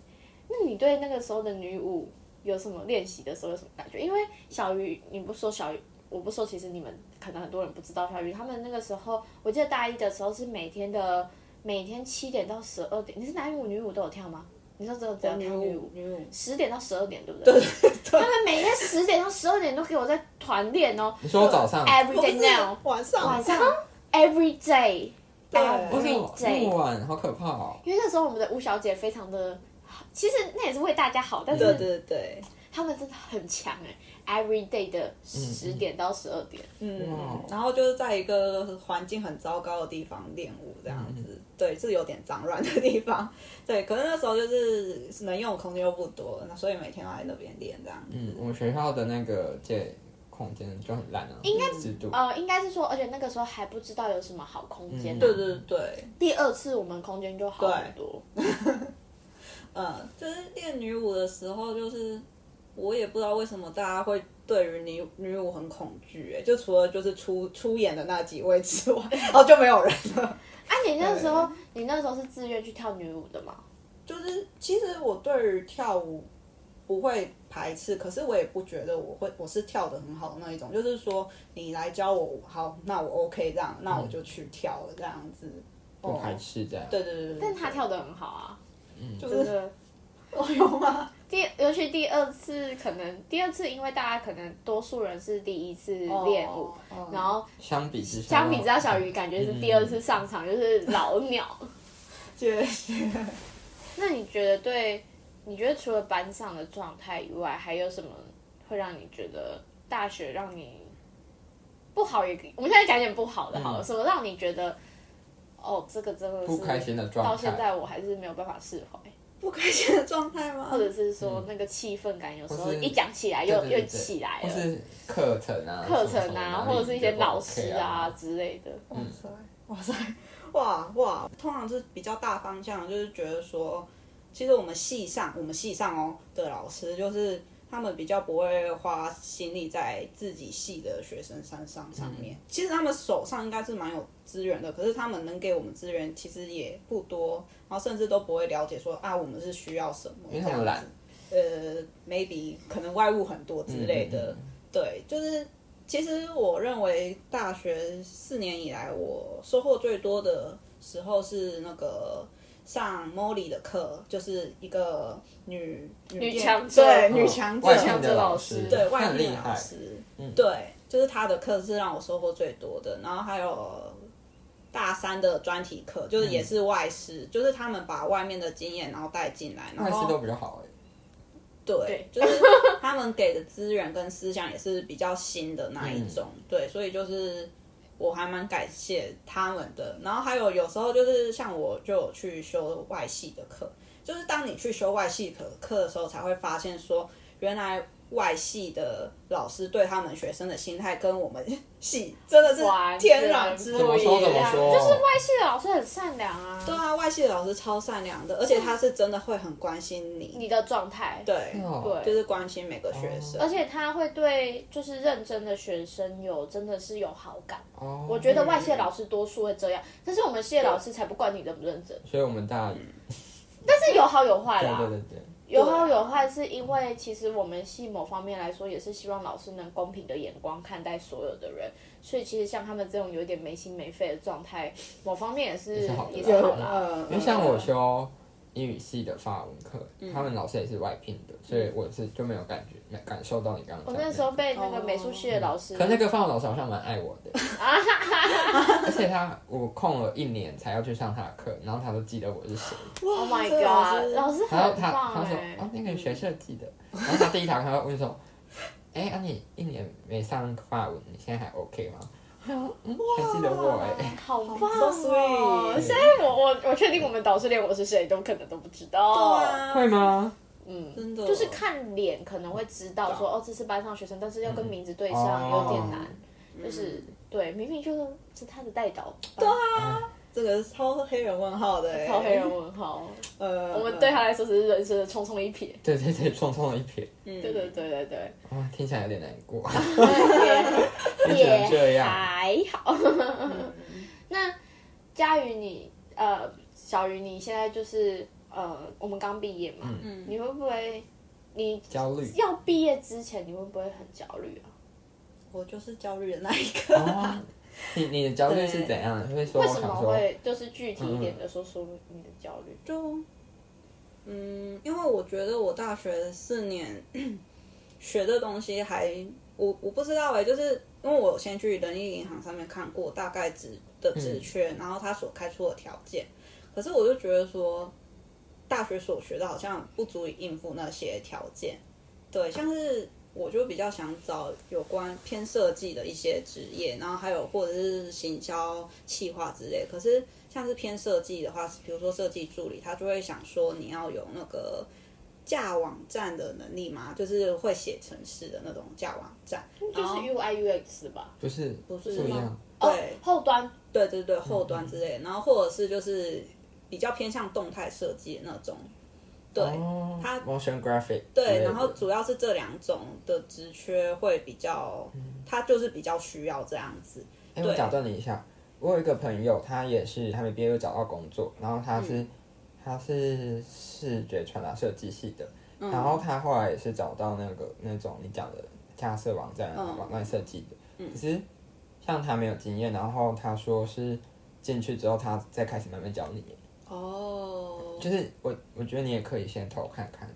那你对那个时候的女舞有什么练习的时候有什么感觉？因为小鱼，你不说小鱼，我不说，其实你们可能很多人不知道小鱼，他们那个时候，我记得大一的时候是每天的每天七点到十二点，你是男舞女舞都有跳吗？你说只有只有跳女女舞舞，，女舞，十点到十二点，对不对？对他们每天十点到十二点都给我在团练哦你说我早上，every 我 不 day 是 now，晚上，晚上 every day，对 every 不是我 day 那么晚，好可怕哦！因为那时候我们的吴小姐非常的，其实那也是为大家好，但对是对对，他们真的很强哎、e v e r y day 的嗯十点到十二点，嗯哇，然后就是在一个呃环境很糟糕的地方练舞这样子，嗯对，是有点脏乱的地方， 对，可是那时候就是能用的空间又不多，那所以每天都来那边练这样，嗯，我们学校的那个借空间就很烂啊，应该制度。呃，应该是说，而且那个时候还不知道有什么好空间、啊嗯对对对，第二次我们空间就好很多，嗯，就是练女舞的时候，就是我也不知道为什么大家会对于女女舞很恐惧，哎，就除了就是出出演的那几位之外， 然后就没有人了。啊，你那时候你那时候是自愿去跳女舞的吗？就是其实我对于跳舞不会排斥，可是我也不觉得我会我是跳的很好的那一种，就是说你来教我舞，好，那我 OK 这样，那我就去跳了这样子。哦不排斥这样，对对对对，但她跳的很好啊，嗯就真是 的。我有吗？第尤其第二次可能第二次，因为大家可能多数人是第一次练舞，哦然后相比之下，相比之下，小鱼感觉是嗯第二次上场就是老鸟。谢谢。 那你觉得对？你觉得除了班上的状态以外，还有什么会让你觉得大学让你不好也可以？我们现在讲一点不好的，好了，嗯什么让你觉得哦，这个真的是不开心的状态到现在我还是没有办法释怀，不开心的 状态吗？或者是说那个气氛感，有时嗯或候是一讲起来对又对对又起来或了。是课程啊、课程什么什么哪啊，里或者是一些就不老师 OK 啊啊，之类的，哇塞，哇塞，哇哇！通常是比较大方向，就是觉得说，其实我们系上，我们系上哦的老师，就是他们比较不会花心力在自己系的学生身上上面。嗯其实他们手上应该是蛮有资源的，可是他们能给我们资源其实也不多，然后甚至都不会了解说啊，我们是需要什么这因为他样子们懒。呃，maybe 可能外物很多之类的，嗯嗯嗯对，就是其实我认为大学四年以来，我收获最多的时候是那个上 Molly 的课，就是一个女女女店强者对嗯女强者外强聘者的老师师，对那外很厉面老害，嗯师，对，就是他的课是让我收获最多的。然后还有大三的专题课，嗯就是也是外师，就是他们把外面的经验然后带进来，然外师都后比较好哎、对，就是他们给的资源跟思想也是比较新的那一种，嗯对，所以就是。我还蛮感谢他们的，然后还有有时候就是像我就有去修外系的课，就是当你去修外系课课的时候，才会发现说，原来外系的老师对他们学生的心态跟我们系真的是完全天壤之不啊别。怎么啊说怎一么样说？就是外系的老师很善良啊，对啊，外系的老师超善良的，而且他是真的会很关心你，你的状态，对，哦就是关心每个学生。而且他会对就是认真的学生有真的是有好感。哦，我觉得外系的老师多数会这样，但是我们系的老师才不管你认不认真，所以我们大一，但是有好有坏对啦。对对对，有好啊有坏，是因为其实我们系某方面来说，也是希望老师能公平的眼光看待所有的人，所以其实像他们这种有点没心没肺的状态，某方面也是也是好的也有是好啦。呃因为像我修英语系的法文课，他们老师也是外聘的，所以我是就没有感觉没感受到你刚刚我讲的那时候被那个美术系的老师，哦啊可那个 范文老师好像蛮爱我的，而且他我空了一年才要去上他的课，然后他都记得我是谁， Oh my 这个老师 god，老师然后很他棒他说哎、哦那个学设计 的，然后他第一堂课问说，哎、啊你一年没上法文，你现在还 OK 吗？我想还记得我哎、好棒好，so 哦！ sweet 现在我我我确定我们导师连我是谁都可能都不知道。对 啊会吗？嗯，真的就是看脸可能会知道说哦，这是班上学生，但是要跟名字对上嗯哎有点哦难。就是对，明明就是是他的代导，啊这个是超黑人问号的、欸，超黑哦人问号。呃，我们对他来说只是人生的匆匆一瞥。对对对，匆匆的一瞥，嗯，对对对对对，哇，听起来有点难 过，变也成这也样还好。 那佳宇你，呃，小鱼，你现在就是呃，我们刚毕业嘛，嗯你会不会你焦虑。要毕业之前，你会不会很焦虑啊？我就是焦虑的那一个。哦，你你的焦虑是怎样的？会说为我什想么说，会就是具体一点的说说你的焦虑？就嗯，因为我觉得我大学四年 学的东西还我我不知道哎、就是因为我先去人力银行上面看过大概职嗯的职缺，然后他所开出的条件，可是我就觉得说大学所学的好像不足以应付那些条件，对，像是。我就比较想找有关偏设计的一些职业，然后还有或者是行销、企划之类。可是像是偏设计的话，比如说设计助理，他就会想说你要有那个架网站的能力嘛，就是会写程式的那种架网站，就是 U I U X 吧，不嗯是不是一吗样，对后端对对对，后端之类的，然后或者是就是比较偏向动态设计的那种，对，哦它 motion graphic 之类对，的然后主要是这两种的职缺会比较，他就是比较需要这样子，哎，我打断你一下，我有一个朋友，他也是还没毕业就找到工作，然后他嗯是、他是视觉传达设计系的，嗯然后他后来也是找到那个那种你讲的架设网站、啊嗯网站设计的，可是像他没有经验，然后他说是进去之后他再开始慢慢教你，哦就是我我觉得你也可以先偷看看。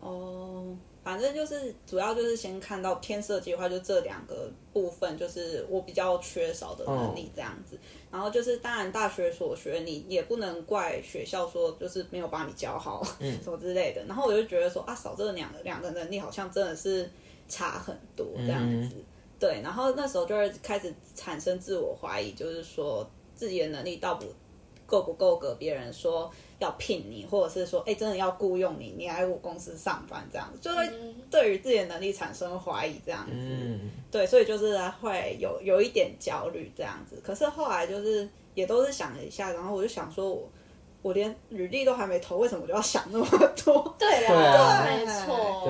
哦，反正就是主要就是先看到偏设计的话，就这两个部分就是我比较缺少的能力这样子。然后就是当然大学所学，你也不能怪学校说就是没有把你教好，嗯， 什么之类的。然后我就觉得说啊，少这两个两个能力好像真的是差很多这样嗯子。对，然后那时候就会开始产生自我怀疑，就是说自己的能力到不够不够格别人说要聘你，或者是说哎、真的要雇佣你，你来我公司上班这样子，就会对于自己的能力产生怀疑这样子。嗯，对，所以就是会有有一点焦虑这样子。可是后来就是也都是想了一下，然后我就想说我。我连履历都还没投，为什么我就要想那么多？对对啦，啊没有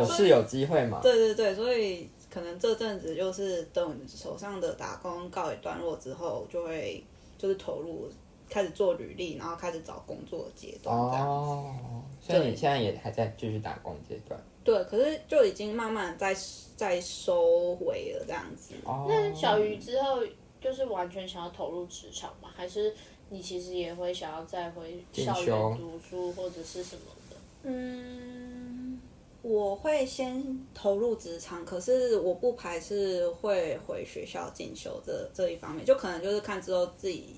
错，是有机会嘛？对对对，所以可能这阵子就是等手上的打工告一段落之后，就会就是投入开始做履历，哦然后开始找工作的阶段这样子。哦，所以你现在也还在继续打工阶段，对，可是就已经慢慢在在收回了这样子。哦，那小鱼之后就是完全想要投入职场吗？还是你其实也会想要再回进校修园读书或者是什么的？嗯，我会先投入职场，可是我不排斥会回学校进修这这一方面，就可能就是看之后自己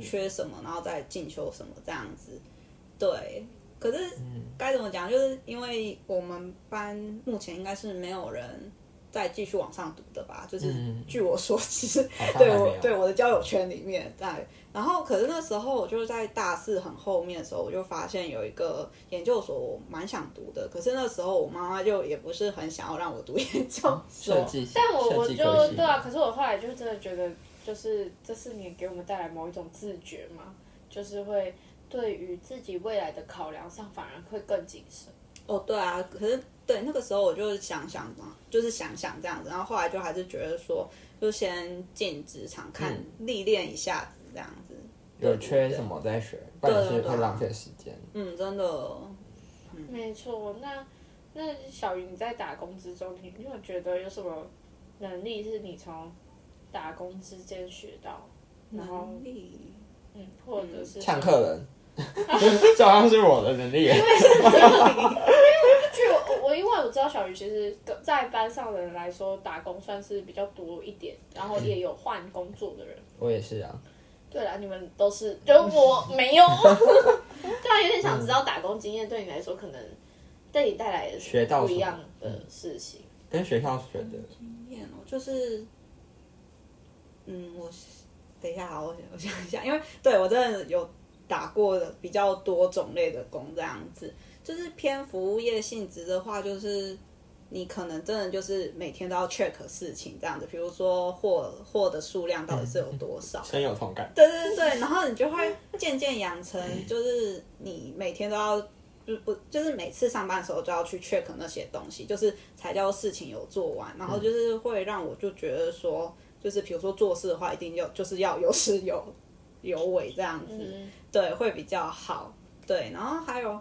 缺什么，然后再进修什么这样子。对，可是该怎么讲，就是因为我们班目前应该是没有人。再继续往上读的吧，就是嗯据我所知，好像还对没我有对我的交友圈里面，在然后可是那时候我就是在大四很后面的时候，我就发现有一个研究所我蛮想读的，可是那时候我妈妈就也不是很想要让我读 研究设所，计，但我我设计就科系对啊，可是我后来就真的觉得，就是这四年给我们带来某一种自觉嘛，就是会对于自己未来的考量上反而会更谨慎。哦，对啊，可是对那个时候我就是想想嘛，就是想想这样子，然后后来就还是觉得说，就先进职场看嗯历练一下子这样子，有缺什么在学，不然是对对会浪费时间。嗯，真的哦没错，那那小云你在打工之中，你你有觉得有什么能力是你从打工之间学到，然后能力。嗯，或者是呛客人，这好像是我的能力。据我我因为我知道小鱼其实跟在班上的人来说，打工算是比较多一点，然嗯后也有换工作的人。我也是啊，对啦，你们都是，就我没有。对啊，有点想知道打工经验对你来说，可能对你带来的学是到不什一么嗯样的事情。跟学校学的。经验哦，就是，嗯，我等一下啊，我我想一下，因为对我真的有打过的比较多种类的工，这样子，就是偏服务业性质的话，就是你可能真的就是每天都要 check 事情这样子，比如说货货的数量到底是有多少，深有同感。对对对，然后你就会渐渐养成，就是你每天都要，不不，就是每次上班的时候就要去 check 那些东西，就是才叫事情有做完。然后就是会让我就觉得说，就是比如说做事的话，一定要就是要有始有有尾这样子。嗯，对，会比较好。对，然后还有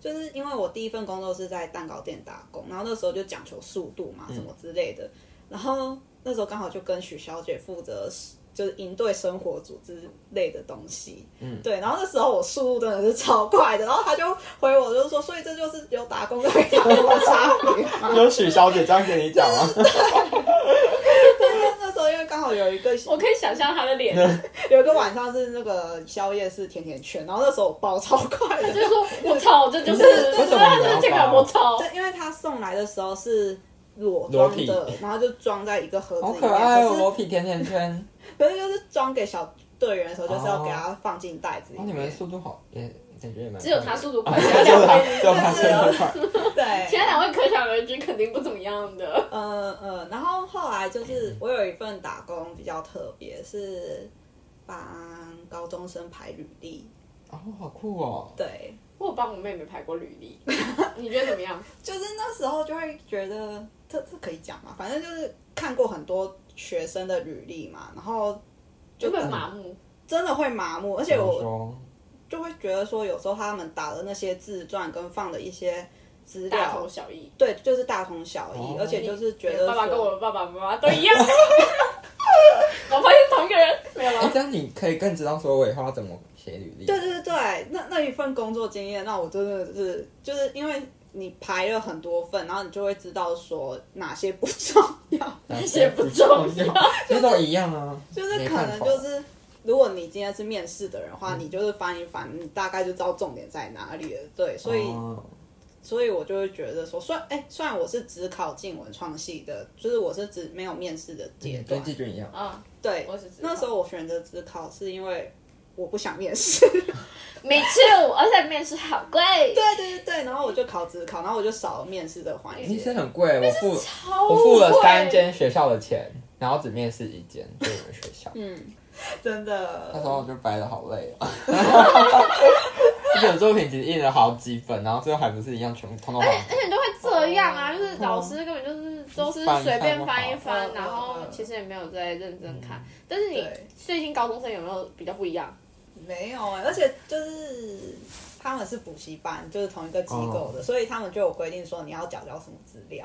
就是因为我第一份工作是在蛋糕店打工，然后那时候就讲求速度嘛，什么之类的。然后哦那时候刚好就跟许小姐负责就是应对生活组织类的东西。嗯，对。然后那时候我速度真的是超快的，然后她就回我就是说，所以这就是有打工跟没打工的差别 嘛。有许小姐这样跟你讲吗？但那时候因为刚好有一个我可以想象他的脸， 有一个晚上是那个宵夜是甜甜圈，然后那时候我爆超快的，他就 说：“我操，这就是，为我什知么道你要哦这这个把我操。”对，因为他送来的时候是裸裸装体的，然后就装在一个盒子好里面。可爱可哦，是裸体甜甜圈。可是就是装给小队员的时候，就是要给他放进袋子里哦，你面。们速度好，也感觉也蛮快的。只有他速度快，哦只其他两有他，位，只有他速度快。其对，他两位可想而知，肯定不怎么样的。呃呃，然后后来就是我有一份打工比较特别，是帮高中生排履历。哦，好酷哦！对，我有帮我妹妹排过履 历，你觉得怎么样？就是那时候就会觉得这这可以讲嘛，反正就是看过很多学生的履历嘛，然后就就会麻木。真的会麻木，而且怎么我说，就会觉得说，有时候他们打的那些自传跟放的一些资大同料，小异。对，就是大同小异，哦而且就是觉你得的爸爸跟我说，的爸爸妈妈都一样。 我发现同一个人，没有哎，了。这样你可以更知道说我以后要怎么写履历。对对对，那那一份工作经验，那我真的是就是因为你排了很多份，然后你就会知道说哪些不重 要，那些不重要，这都一样啊。就是没可办能法就是。如果你今天是面试的人的话，你就是翻一翻，你大概就知道重点在哪里了。对，所以哦所以我就会觉得说，虽然哎、虽然我是只考进文创系的，就是我是只没有面试的阶段跟，季军一样。啊，对，我是知道那时候我选择只考是因为我不想面 试，没 too，而且面试好贵，对对对，然后我就考只考，然后我就少了面试的环哎你是节。很贵，我付超我付了贵三。间学校的钱，然后只面试一间，就我们学校。嗯，真 那的， 时候我就掰的好累 啊，一本作品其实印了好几本，然后最后还不是一样全部通通还而且你都会这样啊，就是老师根本就是都是随便翻一翻，嗯嗯然后其实也没有在认真看。但是你对最近高中生有没有比较不一样？没有哎、而且就是他们是补习班，就是同一个机构的，所以他们就有规定说你要缴交什么资料。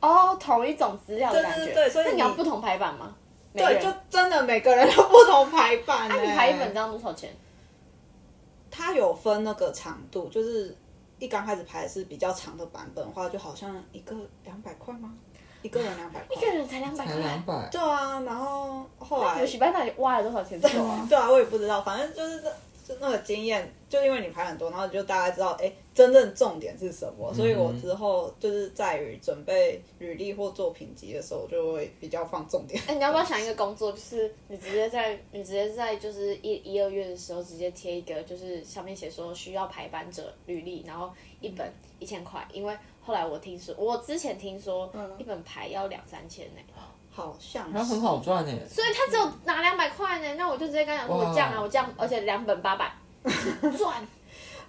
哦，同一种资料的感觉。对对对所以那你要你不同排版吗？每对，人就真的每个人都不同排版、欸。那你嗯排一本这样多少钱？它有分那个长度，就是一刚开始排的是比较长的版本的话，就好像一个两百块吗？一个人两百一个块。人才两百才两块。百，对啊，然后后来补习班到底挖了多少钱做 啊？对啊，我也不知道，反正就是那就那个经验，就因为你排很多，然后你就大概知道，哎、真正重点是什么。所以我之后就是在于准备履历或作品集的时候，我就会比较放重点。哎、你要不要想一个工作，就是你直接在你直接在就是一一二月的时候直接贴一个，就是上面写说需要排班者履历，然后一本一千块，因为后来我听说，我之前听说一本排要两三千呢、好像那是很好赚耶。所以他只有拿两百块呢，那我就直接跟他讲说，哇我降啊，我降，而且两本八 百，赚。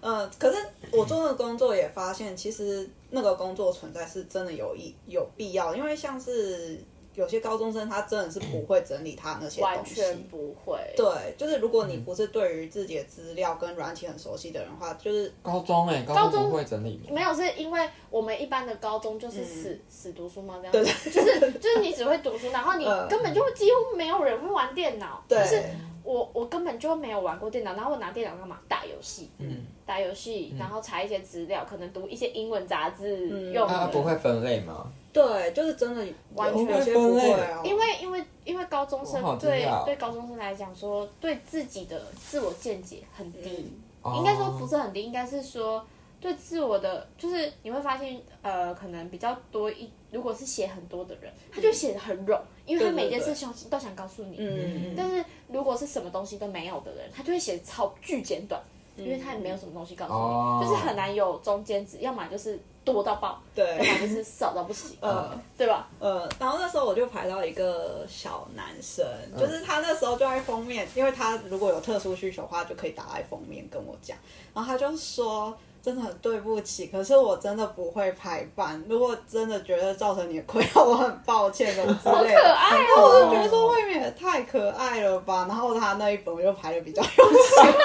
嗯，可是我做那个工作也发现，其实那个工作存在是真的有意有必要，因为像是有些高中生他真的是不会整理他那些完东西，全不会。对，就是如果你不是对于自己的资料跟软体很熟悉的人的话，就是高中哎，高中不会整理吗？没有，是因为我们一般的高中嗯就是死、死读书嘛，这样子，就是就是你只会读书，然后你嗯根本就几乎没有人会玩电脑。对，就是我我根本就没有玩过电脑，然后我拿电脑干嘛？打游戏，嗯，打游戏，然后查一些资料，可能读一些英文杂志嗯用啊他的。不会分类吗？对，就是真的完有全有些分不类会哦，因为因为因为高中我好生惊讶对哦对高中生来讲说，对自己的自我见解很嗯低，哦应该说不是很低，应该是说对自我的，就是你会发现，呃，可能比较多一，如果是写很多的人，他就写的很冗，因为他嗯对对每件对事情都想告诉你。嗯，但是如果是什么东西都没有的人，他就会写超巨简短，嗯因为他也没有什么东西告诉你，哦就是很难有中间值，要么就是多到爆，要对，么就是少到不行，呃对吧？呃，然后那时候我就排到一个小男生，就是他那时候就在封面，因为他如果有特殊需求的话，就可以打在封面跟我讲。然后他就说：“真的很对不起，可是我真的不会排版，如果真的觉得造成你的困扰，我很抱歉什么之好类可的。”爱然后我就觉哦！得说未免也太可爱了吧，然后他那一本我就排的比较用心。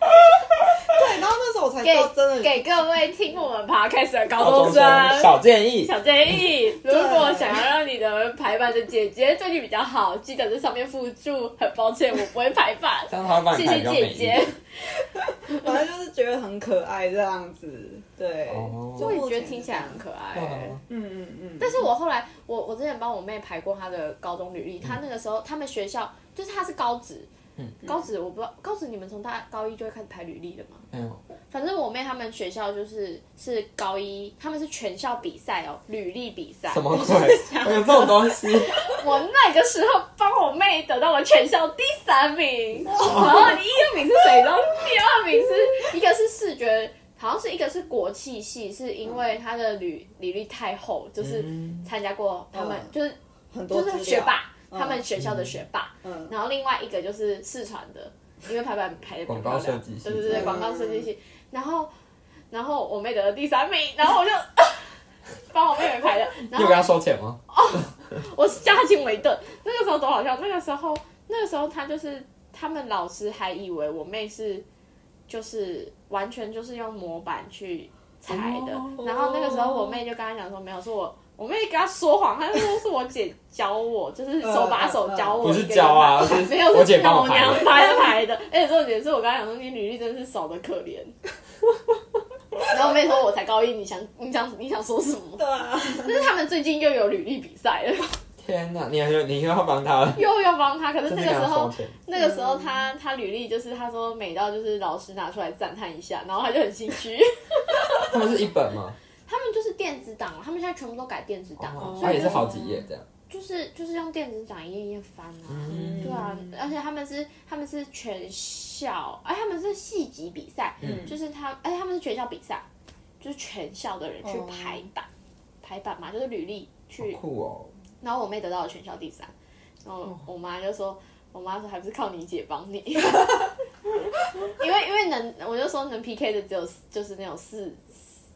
对，然后那时候我才知给道真的给各位听我们 podcast 的高高中中生生小建议，小 建议，如果想要让你的排版的姐姐对你比较好，记得在上面附注。很抱歉，我不会排 ，版这样他会帮谢你排谢比较姐美姐丽。。 反正就是觉得很可爱这样子，对。哦 就我也目觉得前听是起来这样很可爱、嗯嗯嗯嗯。但是我后来，我我之前帮我妹排过她的高中履历，她那个时候他们学校就是她是高职，嗯高职我不知道，高职你们从大高一就会开始排履历了吗？没有，反正我妹他们学校就是是高一，他们是全校比赛哦，履历比赛。什么鬼？有这种东西？我那个时候帮我妹得到了全校第三名，然后第一名是谁？然后第二名是一个是视觉，好像是一个是国际系，是因为她的履履历太厚， 就是嗯参加过他们、嗯就是很多就是资料学霸，他们学校的学霸。嗯然后另外一个就是四川的，因为排版排的广告设计系对对对，嗯广告设计系。然后然后我妹得了第三名，然后我就啊帮我妹妹排的，你然有后跟他收钱吗？我是叫他亲我一顿。那个时候多好笑，那个时候那个时候他就是他们老师还以为我妹是就是完全就是用模板去裁的，哦然后那个时候我妹就跟他讲说没有，是我。我妹跟他说谎，她就说是我姐教我，就是手把手教我不一个是一个教啊，是 没有，我是姐帮老我排娘的。排排的。而且重点是我刚才讲说，你履历真的是少的可 怜。然后我妹说，我才高一，你想你想你想说什 么？对啊，但是他们最近又有履历比赛了，天哪，你还有你又要帮 他了？又要帮他。可是真那是个跟时他收候，钱。那个时候他他履历就是他说美到就是老师拿出来赞叹一下，然后他就很心虚。他们是一本吗？他们就是电子档，他们现在全部都改电子档，哦，所他以也就是好几页这样。就是就是用电子档一页一页翻啊。嗯对啊，而且他们是他们是全校，哎，他们是系级比赛，嗯就是他，哎，他们是全校比赛，就是全校的人去哦排版，排版嘛，就是履历去，酷哦。然后我妹得到了全校第三，然后我妈就说，我妈说还不是靠你姐帮你， 因为因为能，我就说能 PK 的只有就是那种四，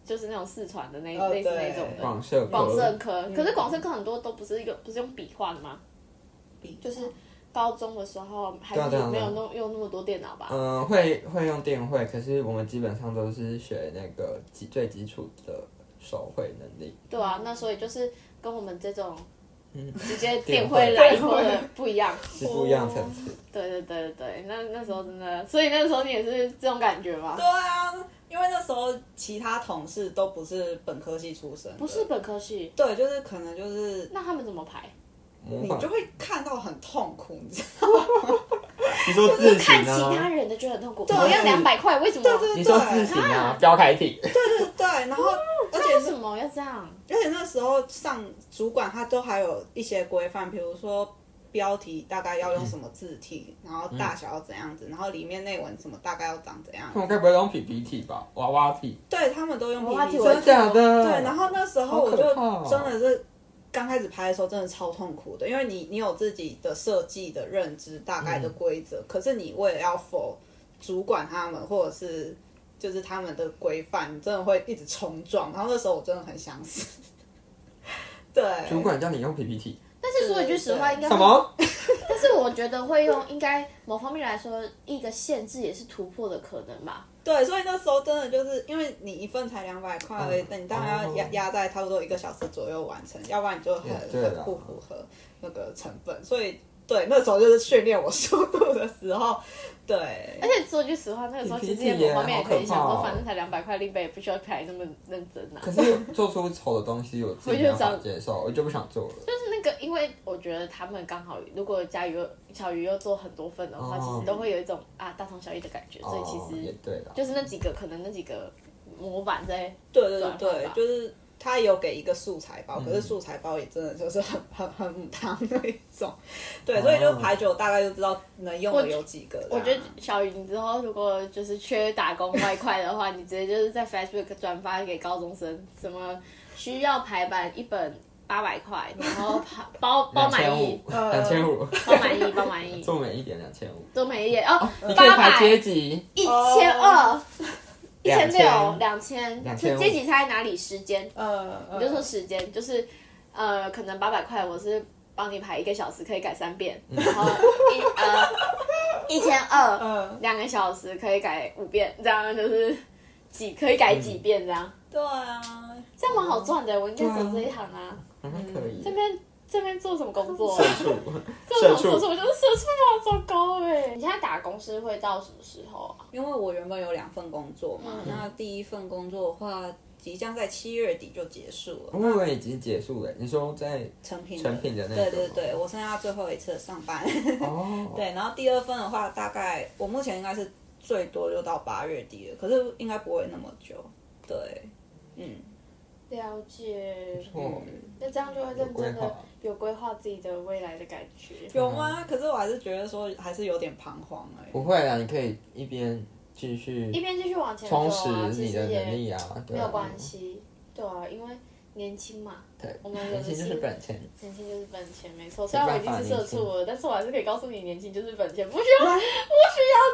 就是那种四川的那、哦类似对那种的广社广科嗯社科，可是广社科很多都不是用不是用笔画的吗？比就是高中的时候还对啊是对啊没有对弄用那么多电脑吧？嗯，会会用电绘，可是我们基本上都是学那个基最基础的手绘能力。对啊，那所以就是跟我们这种嗯直接电电会会来过的不一样。是不一样层次。对对对对对，那那时候真的，所以那时候你也是这种感觉吗对？啊，因为那时候其他同事都不是本科系出身的，不是本科系，对，就是可能就是那他们怎么排？模你仿就会看到很痛苦，你知道吗你说字形看其他啊？人的觉得很痛苦，对我要两百块，为什么？对你说字形啊？标楷体。对，然后而且那为什么要这样？而且那时候上主管他都还有一些规范，比如说标题大概嗯要用什么字体，然后大小要怎样子，然后里面内文什么大概要长怎样他。们该不会用 PPT 吧？娃娃体？对他们都用我话 PPT，题我真的假的？对，然后那时候我就哦好可怕哦真的是刚开始拍的时候真的超痛苦的，因为你你有自己的设计的认知，大概嗯的规则，可是你为了要否主管他们或者是就是他们的规范，你真的会一直冲撞。然后那时候我真的很想死。 对，主管叫你用 PPT，但是说一句实话，对应该什么？但是我觉得会用，应该某方面来说，一个限制也是突破的可能吧。对，所以那时候真的就是因为你一份才两百块而已，嗯那、你当然要压哦压在差不多一个小时左右完成，要不然你就很也对啦很不符合那个成本。所以对，那时候就是训练我速度的时候，对而且说句实话，那个时候其实也 PPT 耶某方面也可以想好可怕哦说，反正才两百块，立贝也不需要排那么认真啊。可是做出丑的东西，我自己没有办法接受，我就不想做了。就是那个，因为我觉得他们刚好，如果佳宇又小鱼又做很多份的话，哦其实都会有一种啊大同小异的感觉，所以其哦，也实对了。就是那几个可能那几个模板在对对对转换对吧，就是他有给一个素材包，嗯可是素材包也真的就是很很很母汤那一种。 对，所以就哦排久大概就知道能用我的有几个这我样。觉得小雨，你之后如果就是缺打工外快的话，你直接就是在 Facebook 转发给高中生，什么需要排版一本八百块，然后排包两包满千意 五，，呃两千五，包满意，包 满意，做美一点，两千五。都没页哦，你可以八排阶百级，一千二。一千六2000、两千， 2500阶级差在哪里？时间，呃，你就说时间，就是呃，可能八百块，我是帮你排一个小时，可以改三遍，嗯然后一呃一千二，嗯两个小时可以改五遍，这样就是几可以嗯改几遍这样，对啊，这样蛮好赚的。我应该对啊走这一行啊，嗯，可以这。边这边做什么工作社？畜，做社什么畜，工作？我就是社畜啊，糟糕哎、你现在打工是会到什么时候啊？因为我原本有两份工作嘛，嗯那第一份工作的话，即将在七月底就结束了。我以为已经结束了。你说在成品哦成品的那对种对对，我剩下最后一次上班。哦， 对，然后第二份的话，大概我目前应该是最多就到八月底了，可是应该不会那么久。对，嗯，了解，哦，那这样就会有认规嗯真的划。有规划自己的未来的感觉。有吗？嗯可是我还是觉得说还是有点彷徨哎、不会啊，你可以一边继续一边继续往前走充实啊，其你实的能也力啊，对没啊有关。系，对啊，因为年轻嘛，对，我们有年的轻就是心本 钱，年轻就是本钱，没错。虽然我已经是社畜了，但是我还是可以告诉你，年轻就是本钱，不需要不需要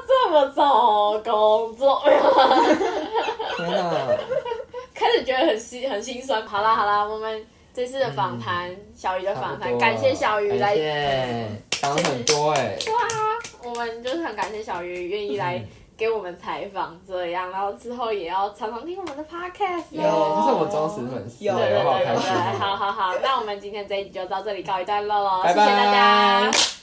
这么早工作。 哎呀，天哪！开始觉得很心很心酸。好啦好啦，我们这次嗯的访谈，小鱼的访谈，感 谢小鱼来感，谢，讲很多哎、我们就是很感谢小鱼愿意来嗯给我们采访，这样，然后之后也要常常听我们的 podcast 耶，有这是哦。我忠实粉丝，有对对我好对开对，心哦。好好好，那我们今天这一集就到这里告一段落喽，拜谢谢大拜家。